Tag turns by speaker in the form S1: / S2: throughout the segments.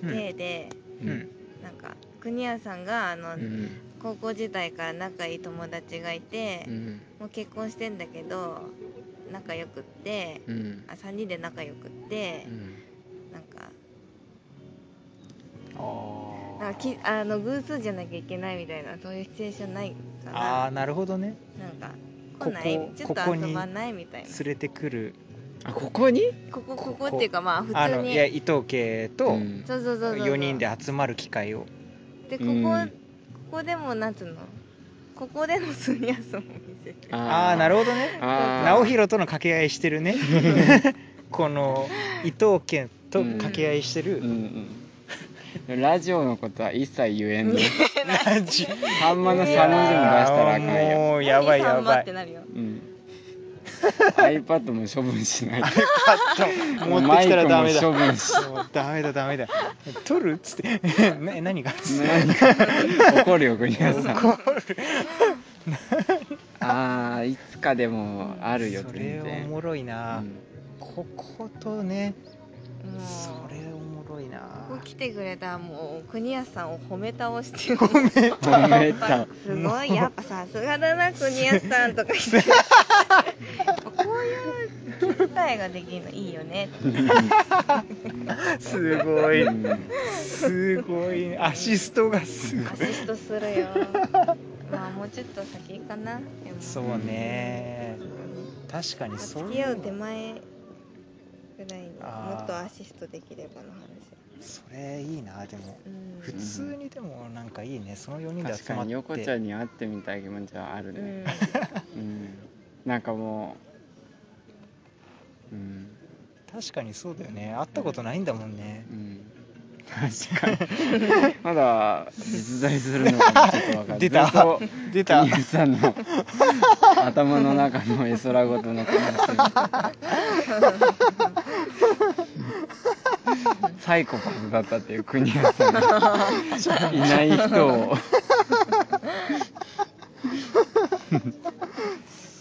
S1: 体で、
S2: うん
S1: なんか国谷さんがあの、
S2: うん
S1: 高校時代から仲いい友達がいて、
S2: うん
S1: もう結婚してんだけど仲良くって、
S2: うん
S1: あ3人で仲良くって
S2: う、ん
S1: なんか
S2: あー
S1: なんかきあの偶数じゃなきゃいけないみたいなそういうシチュエーションないから
S2: あーなるほどね
S1: なんか
S2: ここ
S1: 来ないちょっ
S2: こことに
S1: 遊ばないみたいな
S2: 連れてくる
S3: あここに
S1: ここ
S2: こ
S1: こ
S2: こ
S1: こっていうかまあ普
S2: あ
S1: 通
S2: のいや
S1: に
S2: 伊藤家と
S3: うん
S1: そうそうそうそう
S2: 4人で集まる機会を
S1: でここ、
S3: うん
S1: ここでもなんつうのここでの住みやすを見せて
S2: ああーな
S3: る
S2: るほどね
S3: あー
S2: 直弘との掛け合いしてるねこの伊藤家と掛け合いして
S3: う
S2: る
S3: んうんラジオのことは一切言えんの
S2: ラジオ
S3: さんまの
S1: い
S3: 3
S1: や
S3: の字も出したらあかんよ、
S2: もう やばい
S1: 何
S2: や
S1: 様
S2: ば
S1: っ
S2: い
S1: てなるよ
S3: うん iPad も処分し ない
S2: パッと持ってきたらダメだ
S3: マ
S2: も
S3: イクも処分し
S2: うダメだダメだ取るっつってな何が
S3: 何か怒るよ国安さん
S2: 怒
S3: ああいつかでもあるよ
S2: それ
S3: 全
S2: お
S3: 然
S2: もろいな、
S3: うん
S2: こことね
S1: もう
S2: それおもろいな
S1: ここ来てくれたもう国安さんを褒め倒して
S3: 褒めた
S1: すごいやっぱさすがだな国安さんとか言ってこういう機会ができるのいいよね
S2: すごい
S3: うん
S2: すごいアシストがすごい
S1: アシストするよまあもうちょっと先かなでも
S2: そうね
S1: うん
S2: 確かにそう
S1: 付き
S2: い
S1: 合
S2: う
S1: う手前ぐらいにも
S2: あー
S1: っとアシストできればの話
S2: それいいなでも
S1: うん
S2: 普通にでもなんかいいねその4人で
S3: 確
S2: 集
S3: か
S2: まっ
S3: に
S2: て
S3: 横ちゃんに会ってみたい気持ちはある
S1: う
S3: ね
S1: ん
S3: うんなんかもううん
S2: 確かにそうだよね会ったことないんだもんね
S3: うん確かにまだ実在するのかもちょっとわかんない
S2: 出た
S3: ずっと
S2: 出た
S3: 国安さんの頭の中の絵空ごとの国安さんサイコパスだったっていう国安さんがいない人を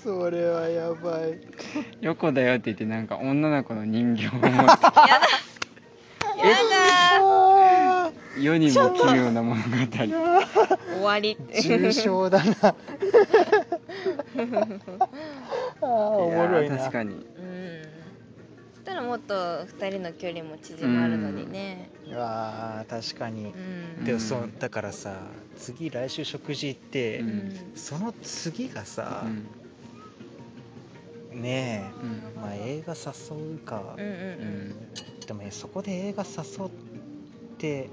S2: それはやば い
S3: 「横だよ」って言ってなんか女の子の人形を持って
S1: や
S2: あ
S3: 世にも奇妙な物語
S1: だ終わ りって
S2: ー重症だ なあー おもろい
S3: や
S2: な
S3: ー確かに
S1: うんそしたらもっと二人の距離も縮まるのにね
S2: にわー確かに
S1: う、ん
S2: で
S3: う
S2: も
S3: ん
S2: そうだからさ次来週食事行って、
S3: う
S1: うんん
S2: その次がさ
S3: う、ん
S2: ねえ
S3: うん
S2: まあ映画誘うか、
S1: うんうん
S2: でもねそこで映画誘って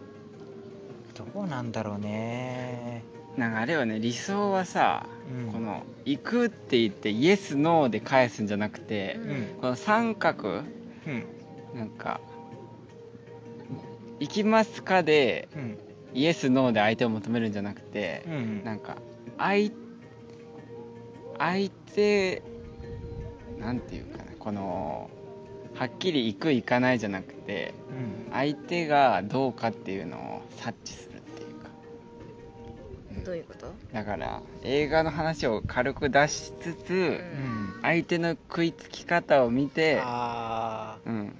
S2: どうなんだろうね
S3: なんかあれよね理想はさ、
S2: うん
S3: この「行く」って言って「イエス・ノー」で返すんじゃなく
S1: う
S3: て、
S1: ん
S3: この三角
S2: うん
S3: なんか「行きますか」で
S2: うん
S3: 「イエス・ノー」で相手を求めるんじゃなくて
S2: う、ん
S3: なんか相相手なんていうかなこのはっきり「行く」「行かない」じゃなくて
S2: うん
S3: 相手がどうかっていうのを察知するっていうか、
S1: うんどういうこと
S3: だから映画の話を軽く出しつつ、
S2: うん
S3: 相手の食いつき方を見て
S2: あ
S3: うん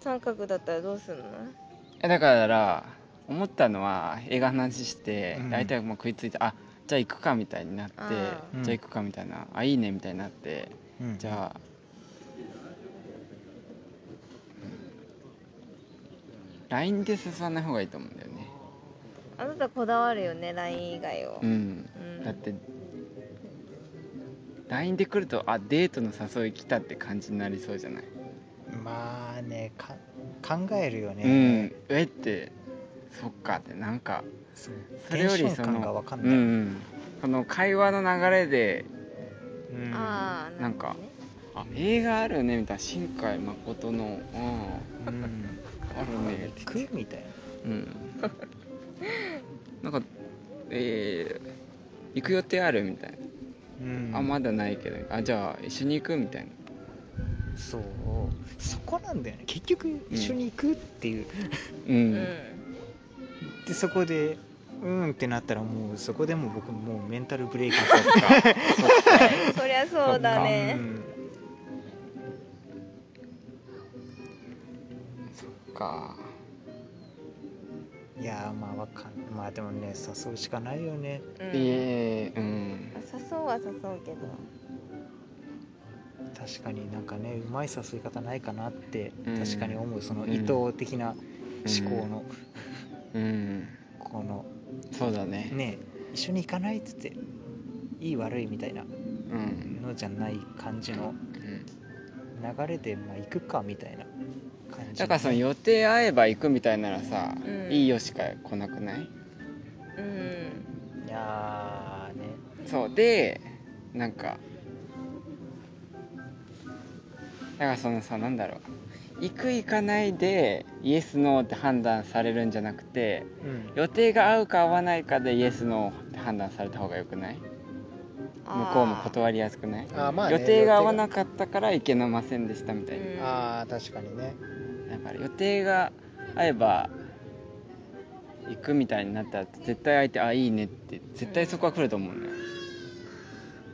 S1: 三角だったらどうすんの
S3: えだから思ったのは映画の話して、
S2: うん
S3: 相手がもう食いついてあじゃあ行くかみたいになって
S1: あ
S2: ー
S3: じゃあ行くかみたいなあいいねみたいになって
S2: ー、うん
S3: じゃあ、うん、LINE で進まない方がいいと思うんだよね
S1: あなたこだわるよね LINE 以外を
S3: うん
S1: うん
S3: だって LINE で来るとあデートの誘い来たって感じになりそうじゃない、
S2: まあねか考えるよ
S3: う
S2: ね、
S3: んえってそっかってなんか
S2: そ
S3: それより
S2: テンシ
S3: そ
S2: ョン感が
S3: の
S2: わかん
S3: うん
S2: な
S3: う
S2: い、
S3: んその会話の流れで
S2: うん
S1: ああ
S3: なんかあ映画あるねみたいな新海誠のうん
S2: うん
S3: あるねって
S2: 行くみたいな
S3: うん なんかえー行く予定あるみたいな、
S2: うん
S3: あまだないけどあじゃあ一緒に行くみたいな
S2: そうそこなんだよね結局一緒に行くっていう、
S3: うん、
S1: うん
S2: でそこでうんってなったらもうそこでもう僕もうメンタルブレイク
S3: そっか
S1: そりゃそうだね
S3: か
S2: いやーまあわかんまあでもね誘うしかないよね
S1: うん
S3: ええうん
S1: 誘うは誘うけど
S2: 確かになんかねうまい誘い方ないかなって
S3: うん
S2: 確かに思う、その
S3: うん
S2: 意図的な思考の、
S3: うん
S2: この
S3: そうだね
S2: ね一緒に行かないっつっていい悪いみたいな
S3: うん
S2: のじゃない感じの
S3: うん
S2: 流れでまあ行くかみたいな感じ
S3: だからその予定合えば行くみたいならさ、
S1: うん
S3: いいよしか来なくない
S1: うん
S2: いやーね
S3: そうでなんかだからそのさなんだろう行く行かないでイエスノーって判断されるんじゃなくて
S2: うん
S3: 予定が合うか合わないかでイエスノーって判断された方がよくない向こうも断りやすくない、
S2: あーまあ
S3: 予定が合わな
S2: く
S3: かったから行けませんでしたみたいな、
S1: うん
S2: あー確かにね
S3: だから予定が合えば行くみたいになったら絶対相手あいいねって絶対そこは来ると思うんだよ、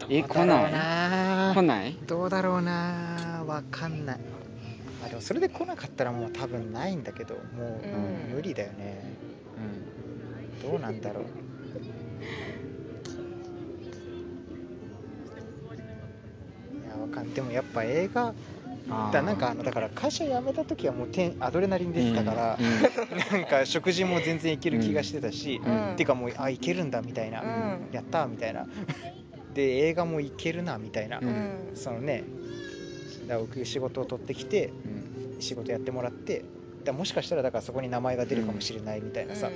S3: え来ない
S2: な
S3: 来ない
S2: どうだろうなわかんないあでもそれで来なかったらもう多分ないんだけども
S1: うん
S2: う無理だよね、
S3: うん
S2: どうなんだろういやわかんでもやっぱ映画
S3: あ
S2: だなんかあのだから会社辞めた時はもうテンアドレナリン出てたから、
S3: う
S2: なんか食事も全然いける気がしてたし、
S3: うん
S2: てかもうあいけるんだみたいな、
S1: うん
S2: やったーみたいな で映画もいけるなみたいな、
S3: う
S1: うんん
S2: そのねだから僕仕事を取ってきて
S3: んうん
S2: 仕事やってもらってだもしかしたらだからそこに名前が出るかもしれないみたいなさ、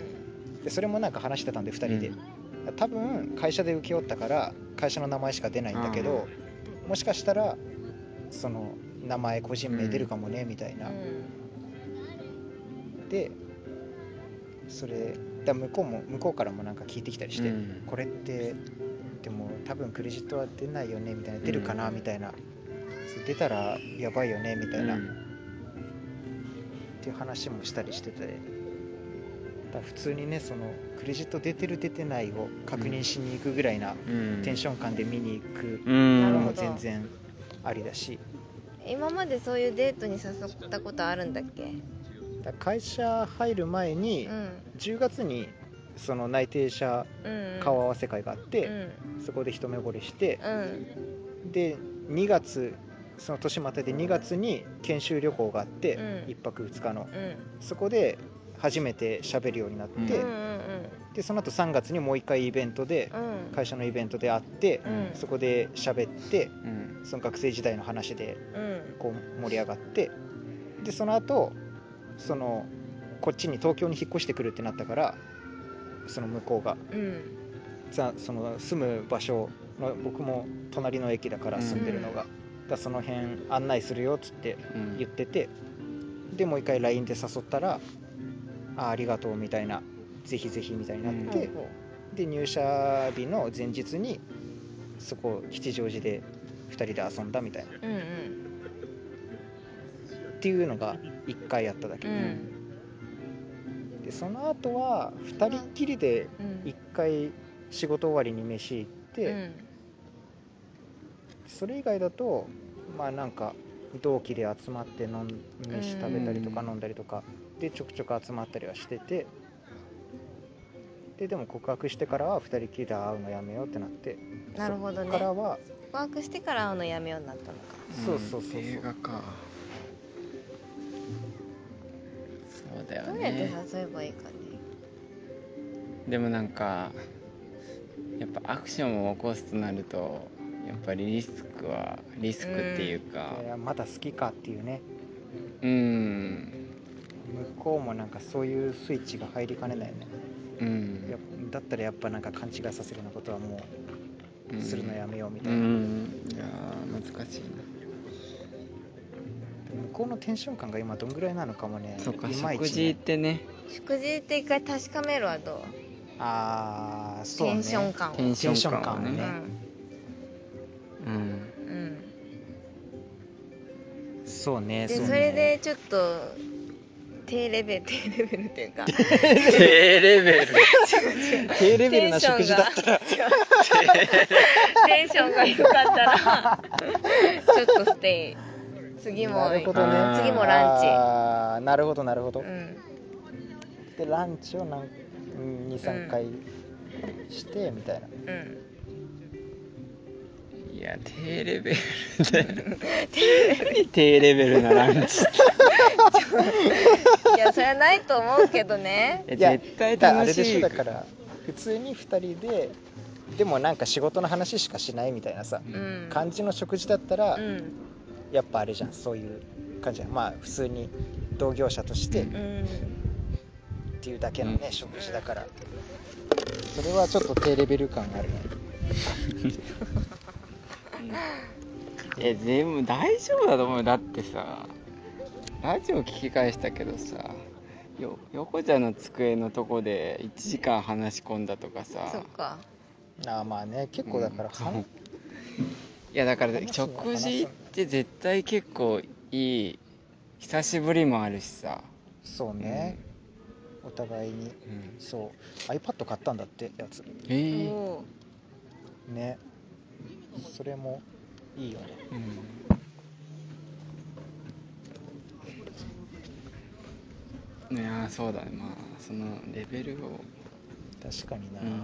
S2: でそれもなんか話してたんで2人で、多分会社で請け負ったから会社の名前しか出ないんだけど、もしかしたらその名前個人名出るかもねみたいな、でそれだ向こうも向こうからもなんか聞いてきたりして、
S3: うん
S2: これってでも多分クレジットは出ないよねみたいな出るかな
S1: うん
S2: みたいな、そう出たらやばいよねみたいな、
S3: う
S2: っ
S3: ん
S2: ていう話もしたりしててだから普通にねそのクレジット出てる出てないを確認しに行くぐらいな
S3: うん
S2: テンション感で見に行く
S3: うん
S1: な
S2: の
S1: る
S2: も
S1: ほど
S2: 全然ありだし
S1: 今までそういうデートに誘ったことあるんだっけ
S2: だから会社入る前に
S1: うん
S2: 10月にその内定者
S1: うん
S2: 顔合わせ会があって、
S1: うん
S2: そこで一目惚れして
S1: うん
S2: で2月その年またいで2月に研修旅行があって、
S1: うん
S2: 1泊2日の
S1: うん
S2: そこで初めて喋るようになって、
S1: うんうん
S3: う
S2: でその後3月にもう1回イベントで
S1: うんうん
S2: 会社のイベントで会って、
S1: うん
S2: そこで喋って
S3: うん
S2: その学生時代の話で
S1: うん
S2: こう盛り上がってでその後そのこっちに東京に引っ越してくるってなったからその向こうが
S1: うん
S2: ざその住む場所の僕も隣の駅だから住んでるのが,、だからその辺案内するよっつって
S3: うん
S2: 言っててでもう一回 LINE で誘ったらあありがとうみたいなぜひぜひみたいになって、
S1: ほうほ
S2: で入社日の前日にそこ吉祥寺で2人で遊んだみたいな
S1: ううん
S2: っていうのが1回やっただ
S1: う
S2: け、
S1: ん
S2: でその後は2人っきりで
S1: うん
S2: 1回仕事終わりに飯行って、それ以外だとまあなんか同期で集まって飲ん飯食べたりとか
S3: うん
S2: 飲んだりとかでちょくちょく集まったりはしててででも告白してからは2人きりで会うのやめようってなって
S1: うんなるほど
S2: そ
S1: ね
S2: っからは
S1: ワークしてから会うのやめようになったのか
S2: そうそうそうそう
S3: 映画かそうだよね
S1: どうやって誘えばいいかね
S3: でもなんかやっぱアクションを起こすとなるとやっぱりリスクはリスクっていうか
S2: いやまだ好きかっていうね
S3: うんうん、
S2: 向こうもなんかそういうスイッチが入りかねないよねやっぱだったらやっぱなんか勘違いさせるようなことはも
S3: う
S2: うんするのやめようみ
S3: う
S2: たいな、
S3: んいやー難しい
S2: 向こうのテンション感が今どんぐらいなのかもね
S3: なそっか
S2: いまい
S3: 食
S2: ち
S3: 事っ
S2: ね
S3: てね
S1: 食事って一回確かめるはどう
S2: ああそう
S1: テ
S2: ね
S1: ンション感を
S3: テンション
S2: テンション感
S3: 感
S2: を
S3: を
S1: う
S2: ね
S3: ね
S1: ん
S3: う
S1: う
S3: ん
S1: ん
S2: そうね
S1: で
S2: うね
S1: それでちょっと低レベル低レベルっていうかテ
S3: 低レベル
S2: 低レベル
S1: ン
S2: な
S1: ション
S2: 食事だ
S1: が
S2: ったら
S1: テンションが良かったらちょっとステイ次も
S2: なるほどね
S3: あー
S1: 次もランチ
S2: あーなるほどなるほど、
S1: うん
S2: でランチをなん23回してみたいな、
S1: うん
S3: いや低レベルだよ何低レベルなランチって
S1: いやそれはないと思うけどね
S3: え
S2: いや
S3: 絶対
S2: だからあ
S3: 楽
S2: れで
S3: し
S2: しょ
S3: い
S2: だから普通に2人ででもなんか仕事の話しかしないみたいなさ
S3: う
S1: うん
S2: 感じの食事だったら、
S1: うん
S2: やっぱあれじゃんそういう感じじゃんまあ普通に同業者としてっ
S1: うん
S2: ていうだけのね、
S3: うん
S2: 食事だからそれはちょっと低レベル感があるね
S3: え全部大丈夫だと思うよだってさラジオ聞き返したけどさよ横ちゃんの机のとこで1時間話し込んだとか
S1: そ
S3: さ
S1: っか
S2: ああまあね結構だから、
S3: うん
S2: はん
S3: そういやだから
S2: 話すの
S3: 食事って絶対結構いい久しぶりもあるしさ、
S2: そうね、お互いに
S3: うん、
S2: そう iPad 買ったんだってやつ
S3: えー
S1: おう
S2: ねそれもいいよね
S3: うん、いやーそうだねまあそのレベルを、
S2: 確かにな、
S3: うん、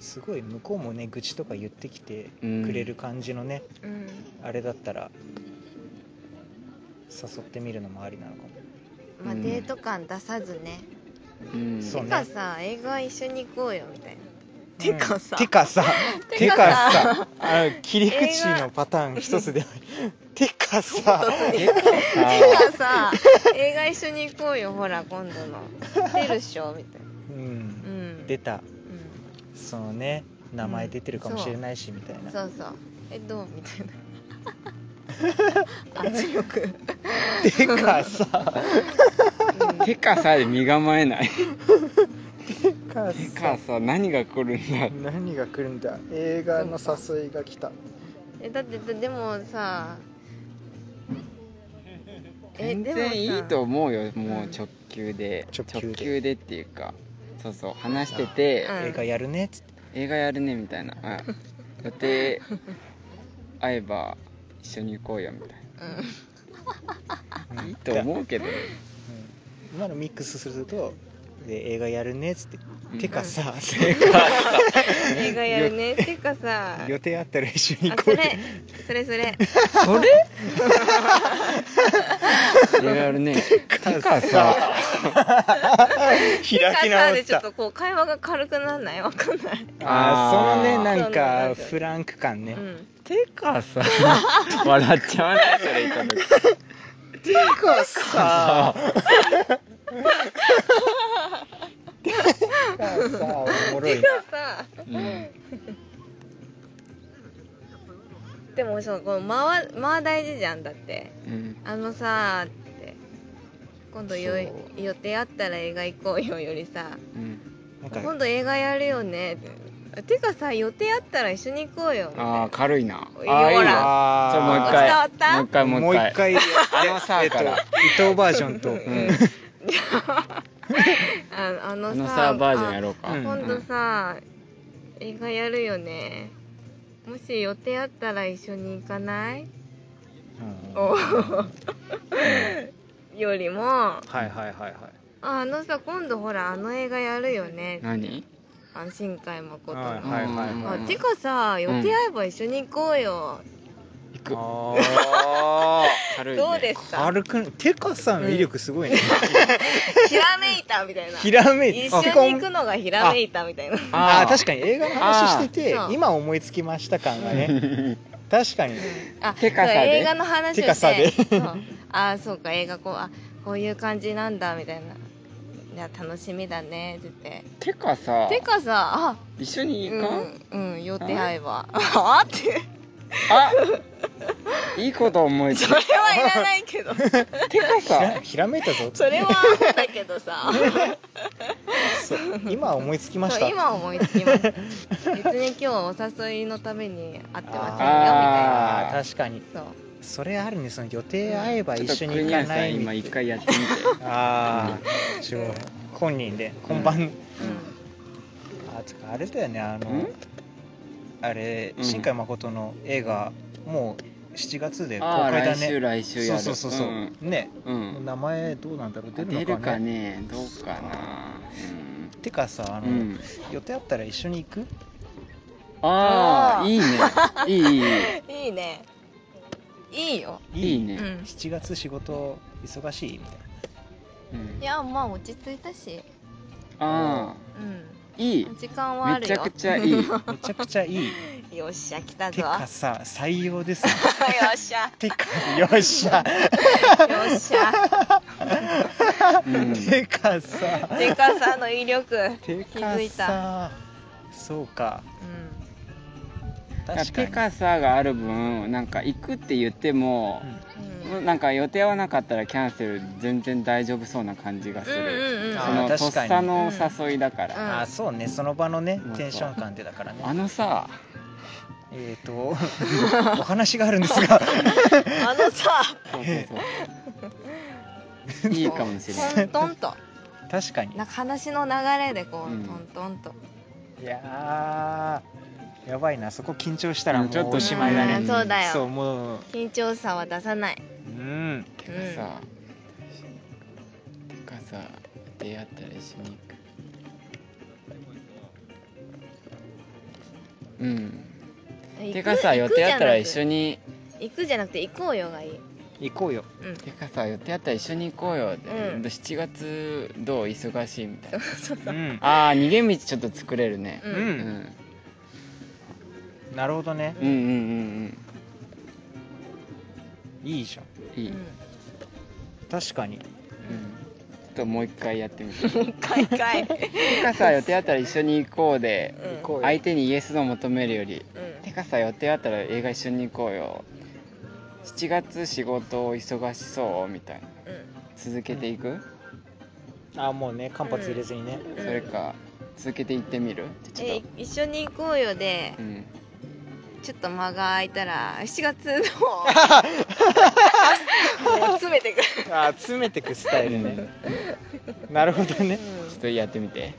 S2: すごい向こうもね愚痴とか言ってきて
S3: うん
S2: くれる感じのね、
S1: うん
S2: あれだったら誘ってみるのもありなのかも
S1: まあ
S3: うん
S1: デート感出さずね
S3: うん、
S2: そう
S1: て
S2: ね
S1: かさ映画一緒に行こうよみたいなてかさ
S2: てかさ
S1: て
S2: て
S1: か
S2: か
S1: さ
S2: さあの切り口のパターン一つでてかさ
S1: てかさ映画一緒に行こうよほら今度の出るっしょみたいな
S2: う
S1: うんん
S2: 出た
S1: う
S2: そのね名前出てるかもしれないしみたい
S1: ん
S2: な
S1: そうそうえどうみたい な圧力うん
S2: てかさ
S3: てかさで身構えない
S2: てか
S3: てかさ何が来るんだ
S2: 何が来るんだ映画の誘いが来た
S1: えだってでもさ
S3: 全
S1: でもさ
S3: 然いいと思うよもうんう直球で
S2: 直球で
S3: でっていうかそうそう話してて、
S1: うん
S2: 映画やるねっつって
S3: 映画やるねみたいなあ予定 合えば一緒に行こうよみたいないいと思う けどね
S2: うん今のミックスするとで映画やるねっつって
S3: うん
S2: てかさ
S1: うん映画やるねてかさ
S2: 予定あったら一緒に
S1: あ
S2: 行
S1: そ
S2: こう
S1: れ
S2: よ
S1: それそれ
S3: それいろいろねてかさ
S2: 開き
S1: てかさ
S2: 直
S1: で
S2: っ
S1: ちょ
S2: た
S1: っとこう会話が軽くなんないわかんない
S2: あーその
S3: あー
S2: ねなん
S1: そ
S2: か
S1: うなんだ
S2: フランク感ね、
S1: うん
S3: てかさ 笑っちゃわないそれ言った時
S2: てかさてかさおもろいな
S1: さ
S3: うん
S1: でもそうこの間は間は大事じゃんだって
S3: うん
S1: あのさーって今度よい
S2: そう
S1: 予定あったら映画行こうよよりさ
S3: うん
S2: なん
S1: 今
S2: か
S1: 度映画やるよねっててかさ予定あったら一緒に行こうよみたいな
S3: ああ軽いな
S1: ほら
S3: ああいいわ
S2: あ
S3: ちょもう一
S1: 伝わ
S3: 回
S1: った
S3: もう
S2: も
S3: 一回も
S2: う
S3: う一
S2: 一
S3: 回
S2: 回
S3: あのさ
S2: えっと
S3: か
S2: 伊
S3: ら
S2: 藤バージョンと、
S3: うん
S1: ああの
S3: あ
S1: さ
S3: のさバージョンやろうか
S2: あうん
S1: 今度さ映画やるよねもし予定あったら一緒に行かない、
S2: うん
S1: お
S2: は
S1: よりもあ
S2: いはいはいはい
S1: あのさ今度ほらあの映画やるよね
S3: 何
S1: あの新海誠の、
S2: はい
S1: あ
S2: はいはいはい
S1: てかさ予定合えば一緒に行こうよ、
S3: 行く
S2: あ
S3: あー軽いね
S1: どうです
S2: ー
S1: か
S2: 軽くてかさの威力すごいね、
S1: ひらめいたみたいな
S2: ひらめい
S1: 一緒に行くのがひらめいたみたいな
S2: ああー確
S3: か
S2: かに映画の話してて
S1: あーそう
S2: 今思いつきました感がね
S3: に
S2: 確かに
S1: あ
S3: てかさで
S1: そう映画の話をして
S2: てかさで
S1: そうああそうか映画こうあこういう感じなんだみたいないや楽しみだねって言って
S3: てかさ
S1: てかさあ
S3: 一緒に行かん、
S1: うん、うん、予定合えばあって
S3: あいいこと思いつい
S1: それはいらないけど
S3: たてか
S2: ひ
S3: さ
S2: らひらめいたぞ
S1: それはだけどさ
S2: そう今思いつきまし
S1: そ
S2: た
S1: う今思いつきました別に今日お誘いのために会ってませんよ
S2: あ
S3: あー
S2: ー確かに
S1: みたいなそう
S2: それあるねその予定合えば
S3: ちょっ
S2: 一
S3: と
S2: 緒
S3: 国
S2: に行
S3: 谷
S2: か
S3: さ
S2: ない
S3: ん今
S2: み
S3: 一
S2: たい
S3: 回やってみて
S2: ああすごい本人で本番、あつかあれだよねあの
S3: ん
S2: あれ
S3: うん
S2: 新海誠の映画もう7月で公
S3: ああ
S2: 開だ
S3: 来週
S2: ね
S3: 来週やる
S2: そうそうそうそう、
S3: ん
S2: ね、
S3: う
S2: もうん名前どうなんだろう出るのかね
S3: 出るかねどうかなうん
S2: てかさあの、
S3: うん
S2: 予定あったら一緒に行く
S3: あ
S1: あ
S3: あ
S1: ー
S3: いいねい い
S1: いいねいいよ
S3: いいいいね、
S1: うん
S2: 7月仕事忙しいみたい
S3: うん
S1: いやまあ落ち着いたし
S3: ああ
S1: うん
S3: いい
S1: 時間はあ
S3: め
S1: る
S3: ち
S1: よ
S3: ゃくちゃいい
S2: なめちゃくちゃい い
S1: よっしゃ来たぞ
S2: て
S1: よ
S2: かさ採用で す
S1: っしゃ
S2: てかよっしゃ、
S1: よっしゃ
S3: うん
S2: てかさ
S1: デカさんの威 力
S2: て
S1: 気
S2: か
S1: づいた
S2: さそうか
S1: うん
S2: 確か
S3: テ
S2: に
S3: カサがある分なんか行くって言っても
S2: う、ん
S1: うん
S3: なんか予定はなかったらキャンセル全然大丈夫そうな感じがす
S1: うん
S3: る、
S1: うんうん
S3: そ
S2: あー
S3: のとっ
S2: 確かに
S3: さの誘いだから、
S1: うん
S2: あそうねその場のね
S3: なんか
S2: テンション感でだからね
S3: あのさ
S2: えっ、ー、と お話があるんです が
S1: あのさ
S3: そうそう そういいかもしれない
S1: トントンと
S2: 確かに
S1: なんか話の流れでこう、
S3: うん
S1: トントンと
S2: いやーやばいなそこ緊張したらもう
S3: ちょっと
S2: おしまいだ
S1: うん
S2: ね
S1: そうだよ
S2: そうもう
S1: 緊張さは出さない
S2: うん
S3: てかさ、てかさ出会ったら一緒に行くうんてかさ予定あったら一緒
S1: に
S3: に
S1: 行くじゃなくて行こうよ がいい、
S2: 行こうよ
S1: うん、
S3: てかさ予定あったら一緒に行こうよって、
S1: うん
S3: 7月どう忙しいみたいな
S2: うん
S3: あー逃げ道ちょっと作れるね、
S1: うん
S3: うん
S2: なるほどね
S3: うん、うんうん
S2: いいじゃん
S3: うんいい、
S1: う
S3: うん
S1: ん
S2: 確かに
S3: ちょっともう一回やってみてて
S1: かいか い、
S3: かさ予定あったら一緒に行こうで
S1: うん、
S2: 行こうよ
S3: 相手にイエスの求めるより
S1: うん
S3: てかさ予定あったら映画一緒に行こうよ7月仕事忙しそうみたいな
S1: う
S3: 続けていく、
S2: あもうね間髪入れずにね、
S1: ん
S3: それか続けていってみるちょ
S1: え
S3: っと
S1: 一緒に行こうよで
S3: うん
S1: ちょっと間が空いたら7月のもう詰めてくる
S2: あ詰めてくスタイルねなるほどね
S3: ちょっとやってみて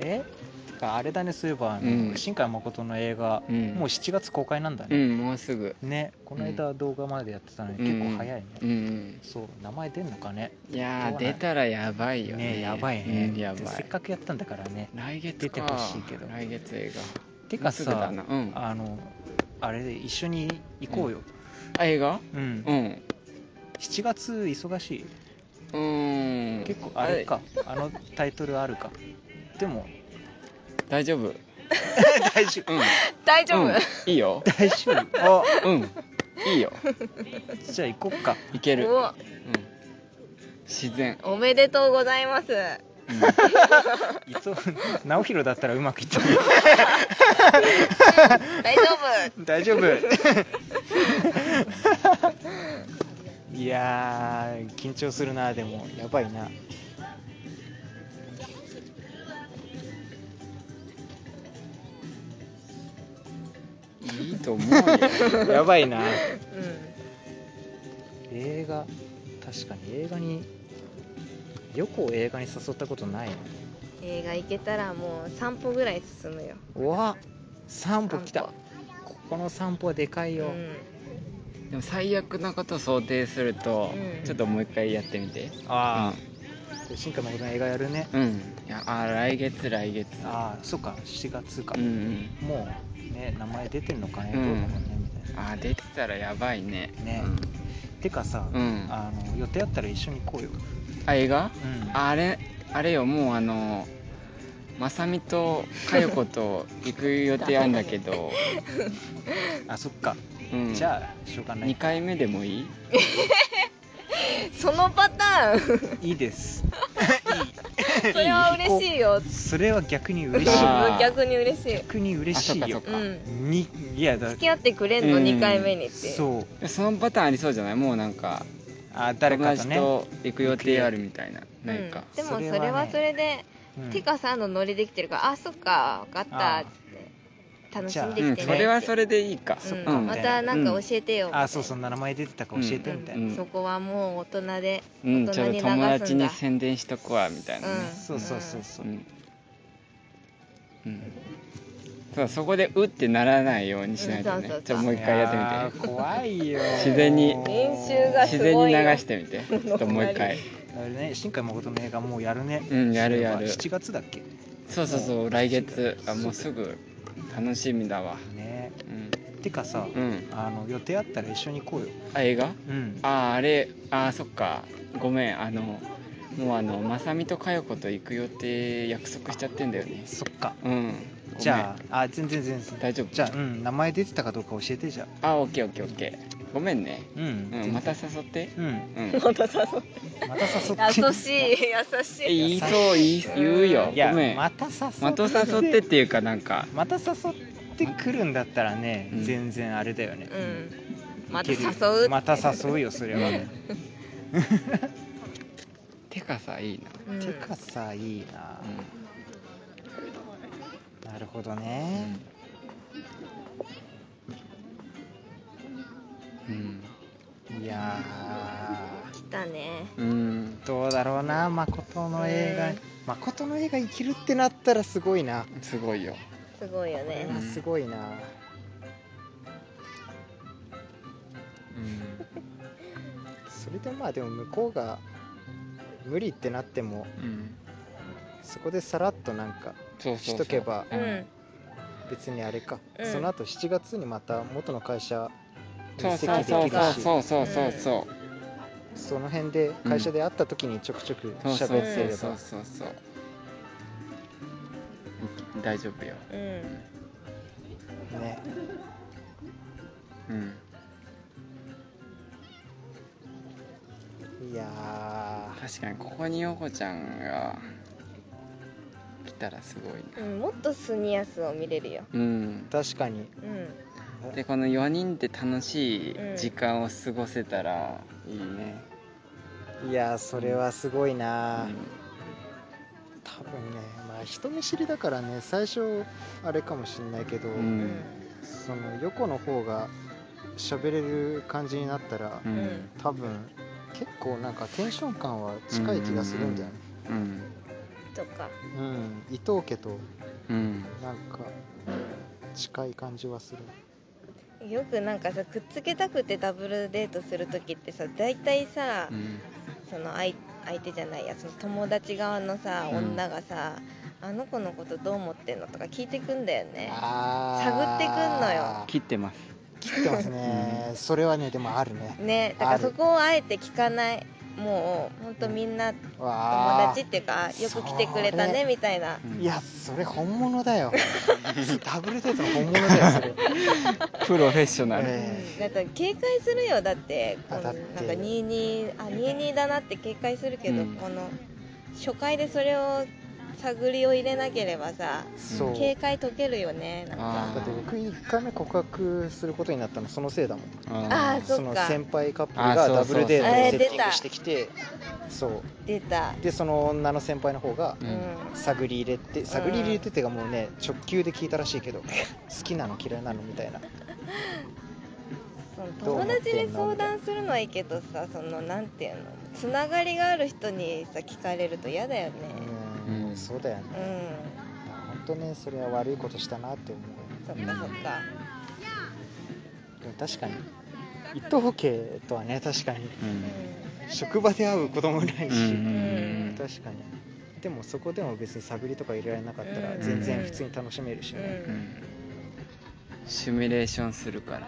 S2: えてかあれだねそういえばあの、
S3: うん
S2: 新海誠の映画、
S3: うん
S2: もう7月公開なんだ
S3: う
S2: ね、
S3: んもうすぐ
S2: ねこの間動画までやってたのに
S3: うん
S2: 結構早いね、
S3: うんうん
S2: そう名前出んのかね
S3: いやー出たらやばいよね
S2: ねやばいね、
S3: うんやば
S2: でせっ
S3: い
S2: かくやったんだからね
S3: 来月か
S2: 出てほしいけど
S3: 来月映
S2: て
S3: 画も
S2: か
S3: うすぐだ
S2: さ
S3: なうん
S2: あのあれ一緒に行こうよ、
S3: あ映画
S2: うん
S3: うん
S2: 7月忙しいう
S3: ーん
S2: 結構あれかあのタイトルあるかで も
S3: 大丈夫
S2: 大丈夫
S3: うん
S1: 大丈夫、
S3: うんいいよ
S2: 大丈 夫あ
S3: うんいいよ
S2: じゃあ行こっか
S3: い ける、
S1: お
S3: うん、自然、
S1: おめでとうございます
S3: うん
S2: いつ直弘だったらうまくいった
S1: 大丈
S2: 大丈夫 いやー緊張するなでもやばいな
S3: うんいいと思うよ
S2: やばいな
S1: 夫 う
S2: 映画確かに映画によく映画に誘ったことないなん
S1: 映画行けたらもう散歩ぐらい進むよ
S2: うわ散歩来た
S1: 散
S2: ここの散歩はでかいよ、
S1: うん
S3: でも最悪なこと想定すると、
S1: うん
S3: ちょっともう一回やってみて
S2: ああ、新海誠の映画やるね
S3: うん、うん、いやあー来月来月
S2: ああそうか7月か、
S3: うんうん
S2: もうね名前出てんのかね、
S3: うん
S2: どうなのかねみたいな
S3: あー出てたらやばいね
S2: ねてかさ、
S3: うん、うん
S2: あの予定あったら一緒に行こうよ、
S3: あ映画
S2: うん
S3: あれあれよもうあのまさみとかよこと行く予定あんだ けど、
S2: あそっか、
S3: うん、
S2: じゃあしょうがない
S3: 2回目でもいい
S1: そのパターン
S2: いいです
S1: それは嬉しいよ
S2: それは逆に嬉しい
S3: あ ー
S1: 逆に嬉しい
S2: 逆に嬉しい
S3: あそ
S2: よ
S3: っかそっ
S1: うん
S2: にいやだ
S1: 付き合ってくれんの、
S3: うん
S1: 2回目にって
S2: そう
S3: そのパターンありそうじゃないもうなんか
S2: あ誰かとね
S3: 友達と行く予定あるみたいな、ないか、
S1: でも
S2: それはね
S1: それはそれで、
S2: うん
S1: てかさんのノリできてるからあそっか分かった
S2: あー
S1: って楽しんでき
S3: うん、
S1: て
S3: そ
S1: ね
S3: れはそれでいいか、
S1: うん
S2: か
S3: うん
S1: またなんか教えてよ、みたいな
S2: あそうそんな名前出てたか教えてみたいな、
S1: うんそこはもう大人で
S3: う
S1: 大
S3: ん、ち
S1: 人
S3: ょっ
S1: に流す
S3: と
S1: ん
S3: 友
S1: だ、
S3: 達に宣伝しとくわみたいなね
S1: うん
S2: そうそうそうそう
S3: うん、うんそうそこでうってならないようにしないと
S1: うんそうそう
S3: ね
S1: そう
S3: じゃあもう一回やってみて
S2: て怖いよ
S3: 自然に
S1: 練習が
S3: 自然に流してみて
S1: すごいよ
S3: ちょっともう 一回
S2: あれね新海誠の映画もうやるね
S3: うんやるやる
S2: 7月だっけ
S3: そうそうそう来月あもうすぐ楽しみだわ
S2: ね
S3: うん、
S2: てかさ、
S3: うん、
S2: あの予定あったら一緒に行こうよ
S3: あ映画
S2: うん
S3: あーあれあーそっかごめんあのもうあのまさみとかよこと行く予定約束しちゃってんだよね
S2: そっか
S3: うん
S2: じゃああ全然全然
S3: あ大丈夫
S2: じゃあうん名前出てたかどうか教えてじゃあ
S3: あオッケーオッケーオッケーごめんね、
S2: うん、
S3: うん、また誘って
S2: うん
S3: うん
S1: また誘って
S2: また誘って
S1: 優しい優し
S3: え
S1: い
S3: 言いそう言い言うよ
S2: い
S3: ご
S2: や
S3: めん
S2: また誘って
S3: また誘ってっていうかなんか
S2: また誘ってくるんだったらね、
S3: うん
S2: 全然あれだよね、
S1: うん
S2: い
S1: また
S2: け
S1: 誘
S2: る
S1: う
S2: また誘うよそれは、ね
S3: てかさいいな、
S1: うん
S2: てかさいいな
S3: う、ん
S2: なるほどね、
S3: うん
S2: いや
S1: 来たね
S3: うん
S2: ーどうだろうな誠の映画、
S1: うん
S2: 誠の映画生きるってなったらすごいな
S3: すごいよ
S1: すごいよ
S2: これ
S1: ね
S2: はすごいな、それでまあでも向こうが無理ってなっても
S3: うん、うん、
S2: そこでさらっとなんか
S3: そうそうそう
S2: しとけば
S1: うん
S2: 別にあれか、
S1: うん
S2: その後7月にまた元の会社
S3: そ
S2: に
S3: う
S2: 籍
S3: そう
S2: で
S3: そ
S2: き
S3: う
S2: るし
S3: そうそうそうそう
S2: その辺で会社で会った時にちょくちょく
S3: そうそう
S2: 喋ってれ
S3: そう
S2: ば
S3: そうそう大丈夫よ
S1: うん
S2: ね
S3: うん
S2: いや
S3: 確かにここにヨコちゃんが来たらすごいな
S1: うんもっとスニアスを見れるよ
S3: うん
S2: ー確かに
S1: うん
S3: でこの4人で楽しい時間を過ごせたらいいね、
S2: いやーそれはすごいなー、
S3: うん
S2: 多分ねまあ人見知りだからね最初あれかもしんないけど、
S3: う
S1: うん
S3: ん
S2: その横の方が喋れる感じになったら、
S3: うんん
S2: 多分結構なんかテンション感は近い気がするんだよね
S3: うん
S1: とか
S2: うん、伊藤家と
S3: うん
S2: なんか近い感じはする
S1: よくなんかさくっつけたくてダブルデートする時ってさ大体さ、
S3: うん
S1: その相相手じゃないやその友達側のさ
S3: うん
S1: 女がさ、あの子のことどう思ってんのとか聞いてくんだよね
S2: あ
S1: 探
S3: 切ってます
S2: 切ってますねそれはねでもあるね
S1: ねだか
S2: あ
S1: ら
S2: る
S1: そこをあえて聞かないもうほんとみんな友
S2: わあ
S1: 達っていうかよく来てくれ
S2: そ
S1: たね
S2: れ
S1: みたいな
S3: うん
S2: いやそれ本物だ よダブルデートの本物だよそれ
S3: プロフェッショナル、
S2: え
S1: だって警戒するよだってこ
S2: あ
S1: のな
S2: だっ
S1: ん
S2: て
S1: か22あ22だなって警戒するけど、
S3: うん
S1: この初回でそれを探りを入れなければさ
S2: そう
S1: 警戒解けるよねなん
S3: あ
S1: か
S3: ー
S2: だって僕1回目告白することになったのそのせいだもん
S1: あーそっか
S2: の先輩カップル
S3: あ
S2: が
S3: そう
S2: ダブルデ
S1: そうそう
S2: ートをセッティングしてきてそ
S1: 出た
S2: うでその女の先輩の方が
S3: うん
S2: 探り入れて探り入れてっていうかもうね直球で聞いたらし いけど好きなの嫌いなのみたいな
S1: その
S2: どう思
S1: 友
S2: ってん
S1: 達に
S2: の
S1: 相談するのはいいけどさそのなんていうのつながりがある人にさ聞かれると嫌だよね
S2: うん
S3: うん
S2: そうだよね
S1: うん、
S2: 本当ねそれは悪いことしたなって思う
S1: そっかそっか
S2: でも確かに一等家とはね確かに
S3: うん
S2: 職場で会う子供いないうし、
S3: ん
S2: 確かにでもそこでも別に探りとか入れられなかったら
S1: うん
S2: 全然普通に楽しめるし
S1: うん、う
S2: ね、
S1: ん
S3: シミュレーションするから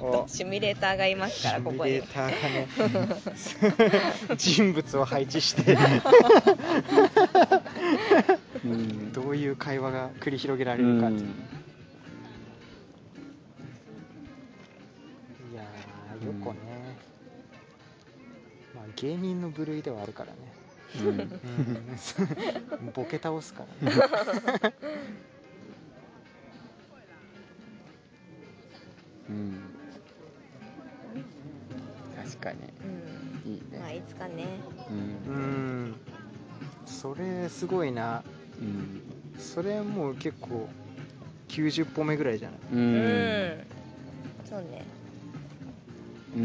S2: お
S1: シミュレーターがいます
S2: シ
S1: から
S2: ミ
S1: こ
S2: ュ
S1: こ
S2: レ
S1: に
S2: ーターがね 人物を配置して
S3: うん
S2: どういう会話が繰り広げられるかっていう、いやーよくね、まあ、芸人の部類ではある からね、
S3: うん
S2: ボケ倒すからね
S3: うん確かに
S1: うん
S3: いい
S1: まあ
S3: ね
S1: いつかね
S3: う
S2: うんんそれすごいな
S3: うん
S2: それもう結構90歩目ぐらいじゃない
S3: うん
S1: う
S3: う
S1: ん、
S3: ん
S1: そうね
S3: うん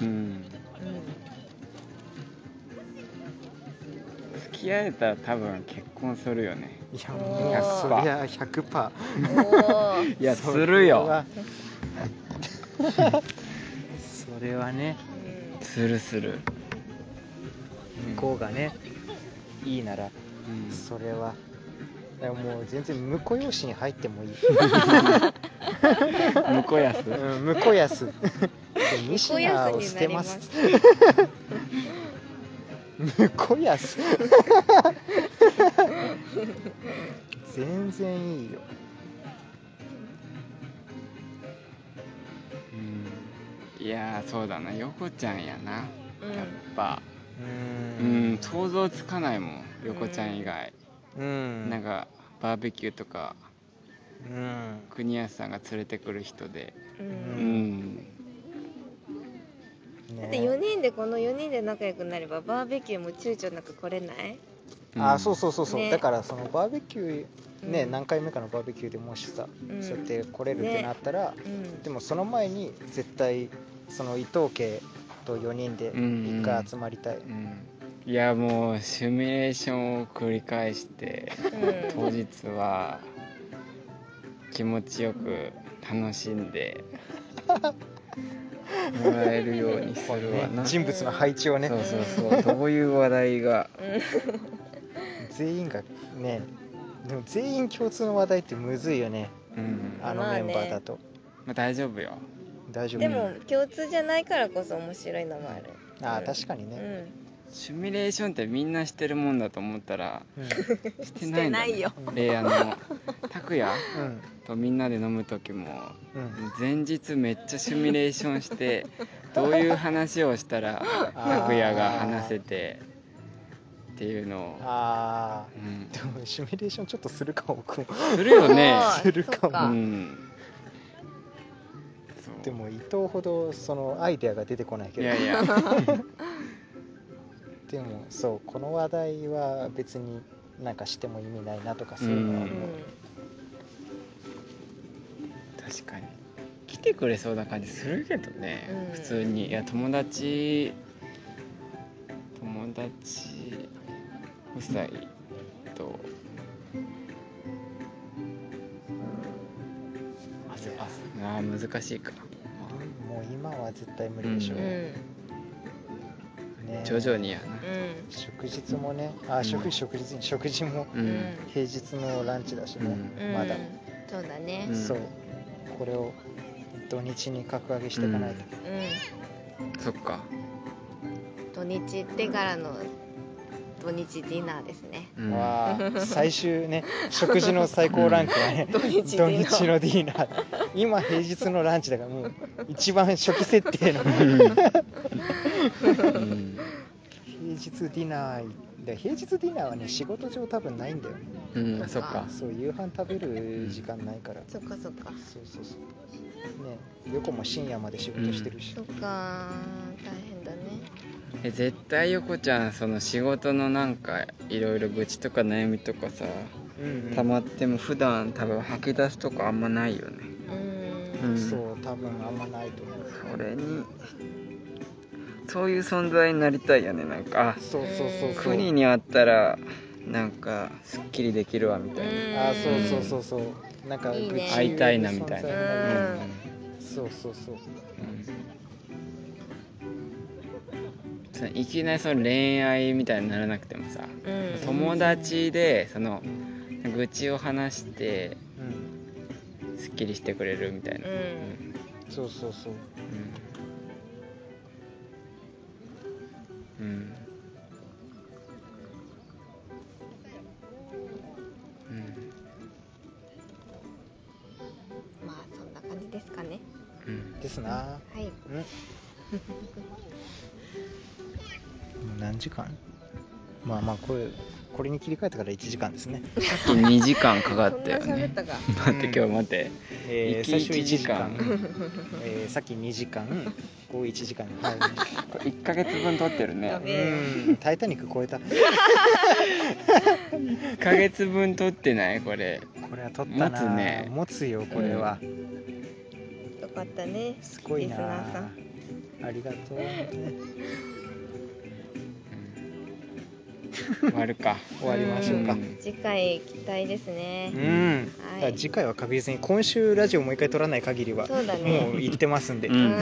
S3: う
S1: う
S3: ん
S1: ん
S3: 付き合えたら多分結婚するよね
S2: いや
S1: お
S2: も
S1: ー
S2: うそりゃ100パ
S1: おー
S3: いや
S2: そ
S3: す
S2: れは
S3: るよ
S2: ー それはね
S1: う
S3: するする
S2: 向こうがねいいなら
S3: うん
S2: それはだからもう全然婿養子に入ってもいい
S3: 向こうやす
S2: うん婿安
S1: 婿
S2: 婿
S1: 安
S2: 安を
S1: に
S2: 捨
S1: な
S2: て
S1: り
S2: ま
S1: ますす
S2: 婿安全然いいよ
S3: うんいやーそうだな横ちゃんやなやっ
S1: ん
S3: ぱ
S2: う
S3: うんん想像つかないもん横ちゃん以外
S2: うん
S3: なんかバーベキューとか
S2: うん
S3: 国安さんが連れてくる人で
S1: う
S3: うんん
S1: だ
S2: ね
S1: って4人でこの4人で仲良くなればバーベキューも躊躇なく来れない
S2: あそうそうそうそう、
S1: ね
S2: だからそのバーベキューね、
S1: うん
S2: 何回目かのバーベキューでもしさ、
S1: うん
S2: そうやって来れるってなったら、
S1: うん
S2: でもその前に絶対その伊藤家と4人で
S3: うん
S2: 一回集まりたい、
S3: うんいやもうシミュレーションを繰り返して当
S1: う
S3: 日は気持ちよく楽しんでもらえるようにす
S2: こう
S3: る わ
S2: ね
S3: な、
S2: 人物の配置をね、
S3: そうそうそうどういう話題が
S2: 全員がねでも全員共通の話題ってむずいよね
S3: うん
S2: あの
S1: まあ
S2: メ
S1: ね
S2: ンバーだと、
S3: まあ大丈夫よ
S2: 大丈
S1: ん
S2: 夫
S1: でも共通じゃないからこそ面白いのもある
S2: あ
S1: う
S2: あ
S1: ん
S2: 確かに
S1: う
S2: ね、
S1: ん
S3: シミュレーションってみんなしてるもんだと思ったら
S2: うん
S3: してないんだ、ね、
S1: してないよ
S3: であの拓也
S2: うん
S3: とみんなで飲む時も
S2: うん
S3: 前日めっちゃシミュレーションしてどういう話をしたら拓也が話せてっていうのを、
S2: ああ
S3: うん
S2: でもシミュレーションちょっとするか僕も
S3: するよね
S1: あー
S2: するかも
S1: そっ
S3: う
S1: か
S3: んそう
S2: でも伊藤ほどそのアイデアが出てこないけ
S3: い
S2: ど
S3: やいや
S2: でもそうこの話題は別になんかしても意味ないなとかそういうのは
S1: う
S2: 思う、
S1: ん
S3: 確かに来てくれそうな感じするけどね、
S1: うん
S3: 普通にいや友達友達夫妻とあそうああー難しいか
S2: もう今は絶対無理でしょう、
S1: うん
S2: ね
S3: 徐々にやな
S1: う
S2: 祝日もねあ、
S3: うん
S2: 食食日に食事も
S3: うん
S1: ん
S2: 平日のランチだしね、
S1: うん
S2: まだ、
S1: そうだね
S3: うん
S2: そうこれを土日に格上げしていかないと、
S1: う
S3: そっか
S1: ん土日行ってからの土日ディナーですね
S3: うん
S2: わあ最終ね食事の最高ランクはね
S1: 土日ディナー
S2: 土日のディナー今平日のランチだからもう一番初期設定の
S3: うんうん
S2: 平日ディナーで平日ディナーはね仕事上多分ないんだよね
S3: うんそっか
S2: そう夕飯食べる時間ないから、
S1: そっかそっか
S2: そうそうそうね横も深夜まで仕事してるし、
S1: そっか大変だね
S3: え絶対横ちゃんその仕事のなんかいろいろ愚痴とか悩みとかさ
S2: うんうん
S3: 溜まっても普段多分吐き出すとこあんまないよね
S1: うん
S3: うん
S2: そう多分あんまないと思う
S3: それにそういう存在になりたいよねなんかあ
S2: そうそうそうそう
S3: 国にあったらなんかすっきりできるわみたいな
S2: あそうそうそうそうなんか
S1: いいね
S2: 愚痴言える
S3: 会いたいなみたい
S2: 存
S3: な
S2: 在になる
S1: うん
S2: そうそうそう
S3: そのいきなりその恋愛みたいにならなくてもさ
S1: うん
S3: 友達でその愚痴を話して
S2: うん
S3: すっきりしてくれるみたいな、
S1: うん
S2: そうそうそう
S3: うんうんうん
S1: まあそんな感じですかね
S3: うん
S2: ですな
S1: はい
S2: うん もう何時間まあまあこれこれに切り替えてから1時間ですね、
S3: さっき2時間かか
S1: そ
S3: っ
S1: ん
S3: た
S1: な
S3: よ
S1: 喋
S3: ね
S1: ったか
S3: 待って今日待って
S2: えー、最初1
S3: 1
S2: 時間
S3: 時
S2: えーさっき2時間こう1時 間に入る
S3: 1ヶ月分撮って
S1: ダ
S3: るね
S1: メ
S2: うん「タイタニック」超えたこ
S3: 1ヶ月分撮ってないこれ
S2: れは取ったな
S3: 持つね
S2: 持つよこれは、
S1: よかったね
S2: すごい
S1: リスナーさ
S2: なんありがとう
S3: 終わるか
S2: 終わりましょうか、
S3: うん
S1: 次回期待ですね
S3: う。
S2: うん
S3: ん、
S2: だ
S1: は
S2: か
S1: い
S2: ら。次回は確実に今週ラジオもう一回撮らない限りは
S1: そうだね
S2: もう行ってますんで、
S3: うん
S1: うん